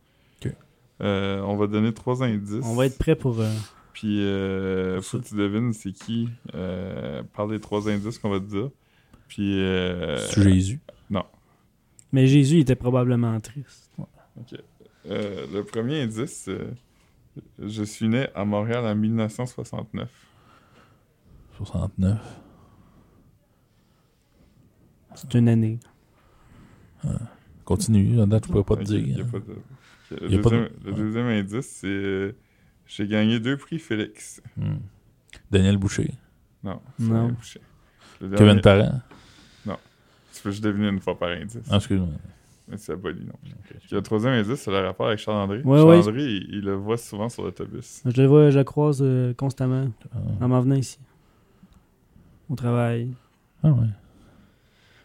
Speaker 3: Ok.
Speaker 1: Euh, on va donner trois indices.
Speaker 2: On va être prêt pour. euh,
Speaker 1: Puis, euh, faut que tu devines c'est qui euh, par les trois indices qu'on va te dire. Puis, euh,
Speaker 3: C'est Jésus.
Speaker 2: Mais Jésus il était probablement triste.
Speaker 1: euh, le premier indice, euh, je suis né à Montréal en 1969.
Speaker 3: 69.
Speaker 2: C'est une année.
Speaker 3: Continue, là, je pourrais pas te
Speaker 1: Ok,
Speaker 3: dire.
Speaker 1: y a
Speaker 3: hein.
Speaker 1: pas de- Ok, Le
Speaker 3: Y a pas de-
Speaker 1: deuxième, le deuxième indice, c'est euh, j'ai gagné deux prix Félix.
Speaker 3: Hmm. Daniel Boucher.
Speaker 1: Non. c'est
Speaker 2: Non.
Speaker 1: rien touché. Le
Speaker 3: Kevin
Speaker 1: dernier-
Speaker 3: Parent.
Speaker 1: Tu peux juste deviner une fois par indice.
Speaker 3: Ah, excuse-moi.
Speaker 1: Mais c'est aboli, non. Puis Le troisième indice, c'est le rapport avec Charles-André.
Speaker 2: Ouais, ouais.
Speaker 1: Charles-André, il, il le voit souvent sur l'autobus.
Speaker 2: Je le vois, je le croise euh, constamment
Speaker 3: Ah,
Speaker 2: en m'en venant ici. Au travail.
Speaker 3: ah ouais.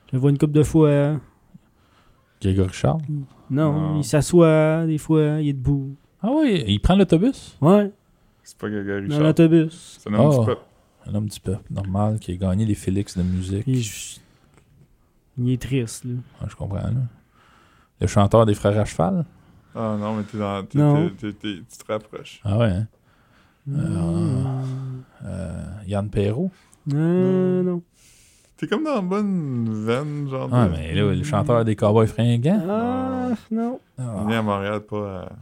Speaker 2: Je le vois une couple de fois.
Speaker 3: Grégory Charles.
Speaker 2: Non,
Speaker 1: Non.
Speaker 2: il s'assoit des fois, il est debout.
Speaker 3: Ah ouais, il prend l'autobus.
Speaker 2: Ouais,
Speaker 1: C'est pas Grégory
Speaker 2: dans
Speaker 1: Charles.
Speaker 2: l'autobus.
Speaker 1: C'est un homme
Speaker 3: Oh.
Speaker 1: du peuple.
Speaker 3: Un homme du peuple normal qui a gagné les Félix de musique.
Speaker 2: Il, est juste- il est triste, là.
Speaker 3: Ah, je comprends, là. Le chanteur des Frères à cheval.
Speaker 1: Ah non, mais t'es dans. t'es-
Speaker 2: Non.
Speaker 1: t'es- t'es- t'es- tu te rapproches.
Speaker 3: Ah ouais, hein.
Speaker 2: Mmh.
Speaker 3: Euh, Yann Perrault.
Speaker 2: Euh, non.
Speaker 1: T'es comme dans une bonne veine, genre.
Speaker 3: Ah,
Speaker 1: de-
Speaker 3: mais là, le chanteur des Cowboys fringants.
Speaker 2: Ah, non.
Speaker 3: Ah,
Speaker 1: Né à Montréal, pas à.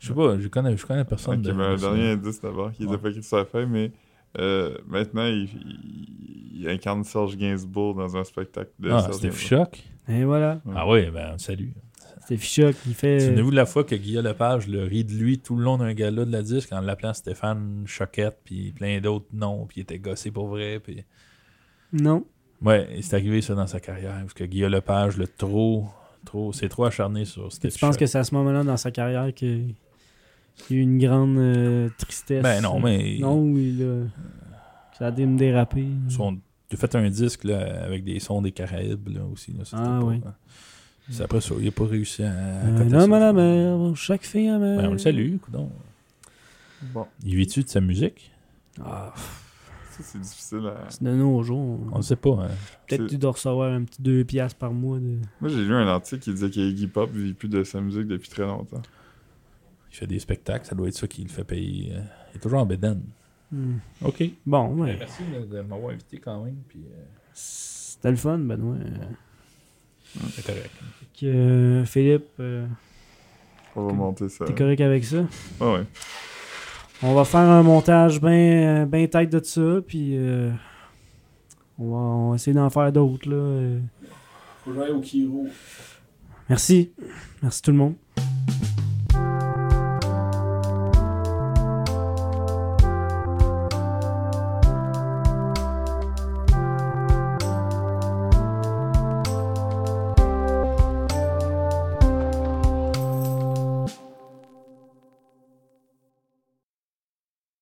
Speaker 3: je sais pas, je connais, je connais personne
Speaker 1: Ok,
Speaker 3: de.
Speaker 1: ben,
Speaker 3: de
Speaker 1: un
Speaker 3: ça.
Speaker 1: dernier indice d'abord, qui n'était
Speaker 3: Ouais.
Speaker 1: pas écrit sur la feuille, mais euh, maintenant, il, il- il incarne Serge Gainsbourg dans un spectacle de
Speaker 3: Ah,
Speaker 1: Serge
Speaker 3: c'était
Speaker 1: Gainsbourg.
Speaker 3: Fouchoc.
Speaker 2: Et voilà.
Speaker 1: Ouais.
Speaker 3: Ah ouais, ben, salut.
Speaker 2: C'était Fichoc qui fait. euh,
Speaker 3: Souvenez-vous de la fois que Guillaume Lepage le rit de lui tout le long d'un gala de la disque en l'appelant Stéphane Choquette, puis plein d'autres noms, puis il était gossé pour vrai, puis...
Speaker 2: Non.
Speaker 3: Ouais, et c'est arrivé ça dans sa carrière, parce que Guillaume Lepage le trop trop, c'est trop acharné sur
Speaker 2: Tu
Speaker 3: Steve
Speaker 2: penses que c'est à ce moment-là dans sa carrière qu'il qu'il y a eu une grande euh, tristesse?
Speaker 3: Ben non, mais-
Speaker 2: Non, où il a... Ça a dû me déraper.
Speaker 3: Son- J'ai fait un disque là, avec des sons des Caraïbes là, aussi. Là, c'était
Speaker 2: Ah,
Speaker 3: pas- hein.
Speaker 2: oui.
Speaker 3: C'est après ça, il n'a pas réussi à. à
Speaker 2: Un
Speaker 3: coter
Speaker 2: homme à
Speaker 3: ça.
Speaker 2: la mer, bon, chaque fille à mer.
Speaker 3: Ben, on le salue, coudonc.
Speaker 1: Bon,
Speaker 3: Il vit-tu de sa musique
Speaker 2: Ah, pff,
Speaker 1: ça c'est difficile à.
Speaker 2: c'est de nos jours.
Speaker 3: On ne sait pas. hein.
Speaker 2: Peut-être
Speaker 1: c'est-
Speaker 2: que tu dois recevoir un petit 2 piastres par mois. De...
Speaker 1: Moi j'ai lu un article qui disait qu'Iggy Pop vit plus de sa musique depuis très longtemps.
Speaker 3: Il fait des spectacles, ça doit être ça qui le fait payer. euh, Il est toujours en bédaine.
Speaker 2: Hmm.
Speaker 3: OK.
Speaker 2: Bon, ouais.
Speaker 3: Merci de, de m'avoir invité quand même. Puis, euh,
Speaker 2: C'était le fun, Benoît.
Speaker 3: c'est correct.
Speaker 2: Fait que, euh, Philippe, euh,
Speaker 1: On va
Speaker 2: Comme-
Speaker 1: monter ça.
Speaker 2: t'es correct avec ça?
Speaker 1: Ah ouais.
Speaker 2: On va faire un montage bien ben tête de ça, puis euh, on, va, on va essayer d'en faire d'autres. là, euh.
Speaker 3: Faut jouer au Kiro.
Speaker 2: Merci. Merci tout le monde.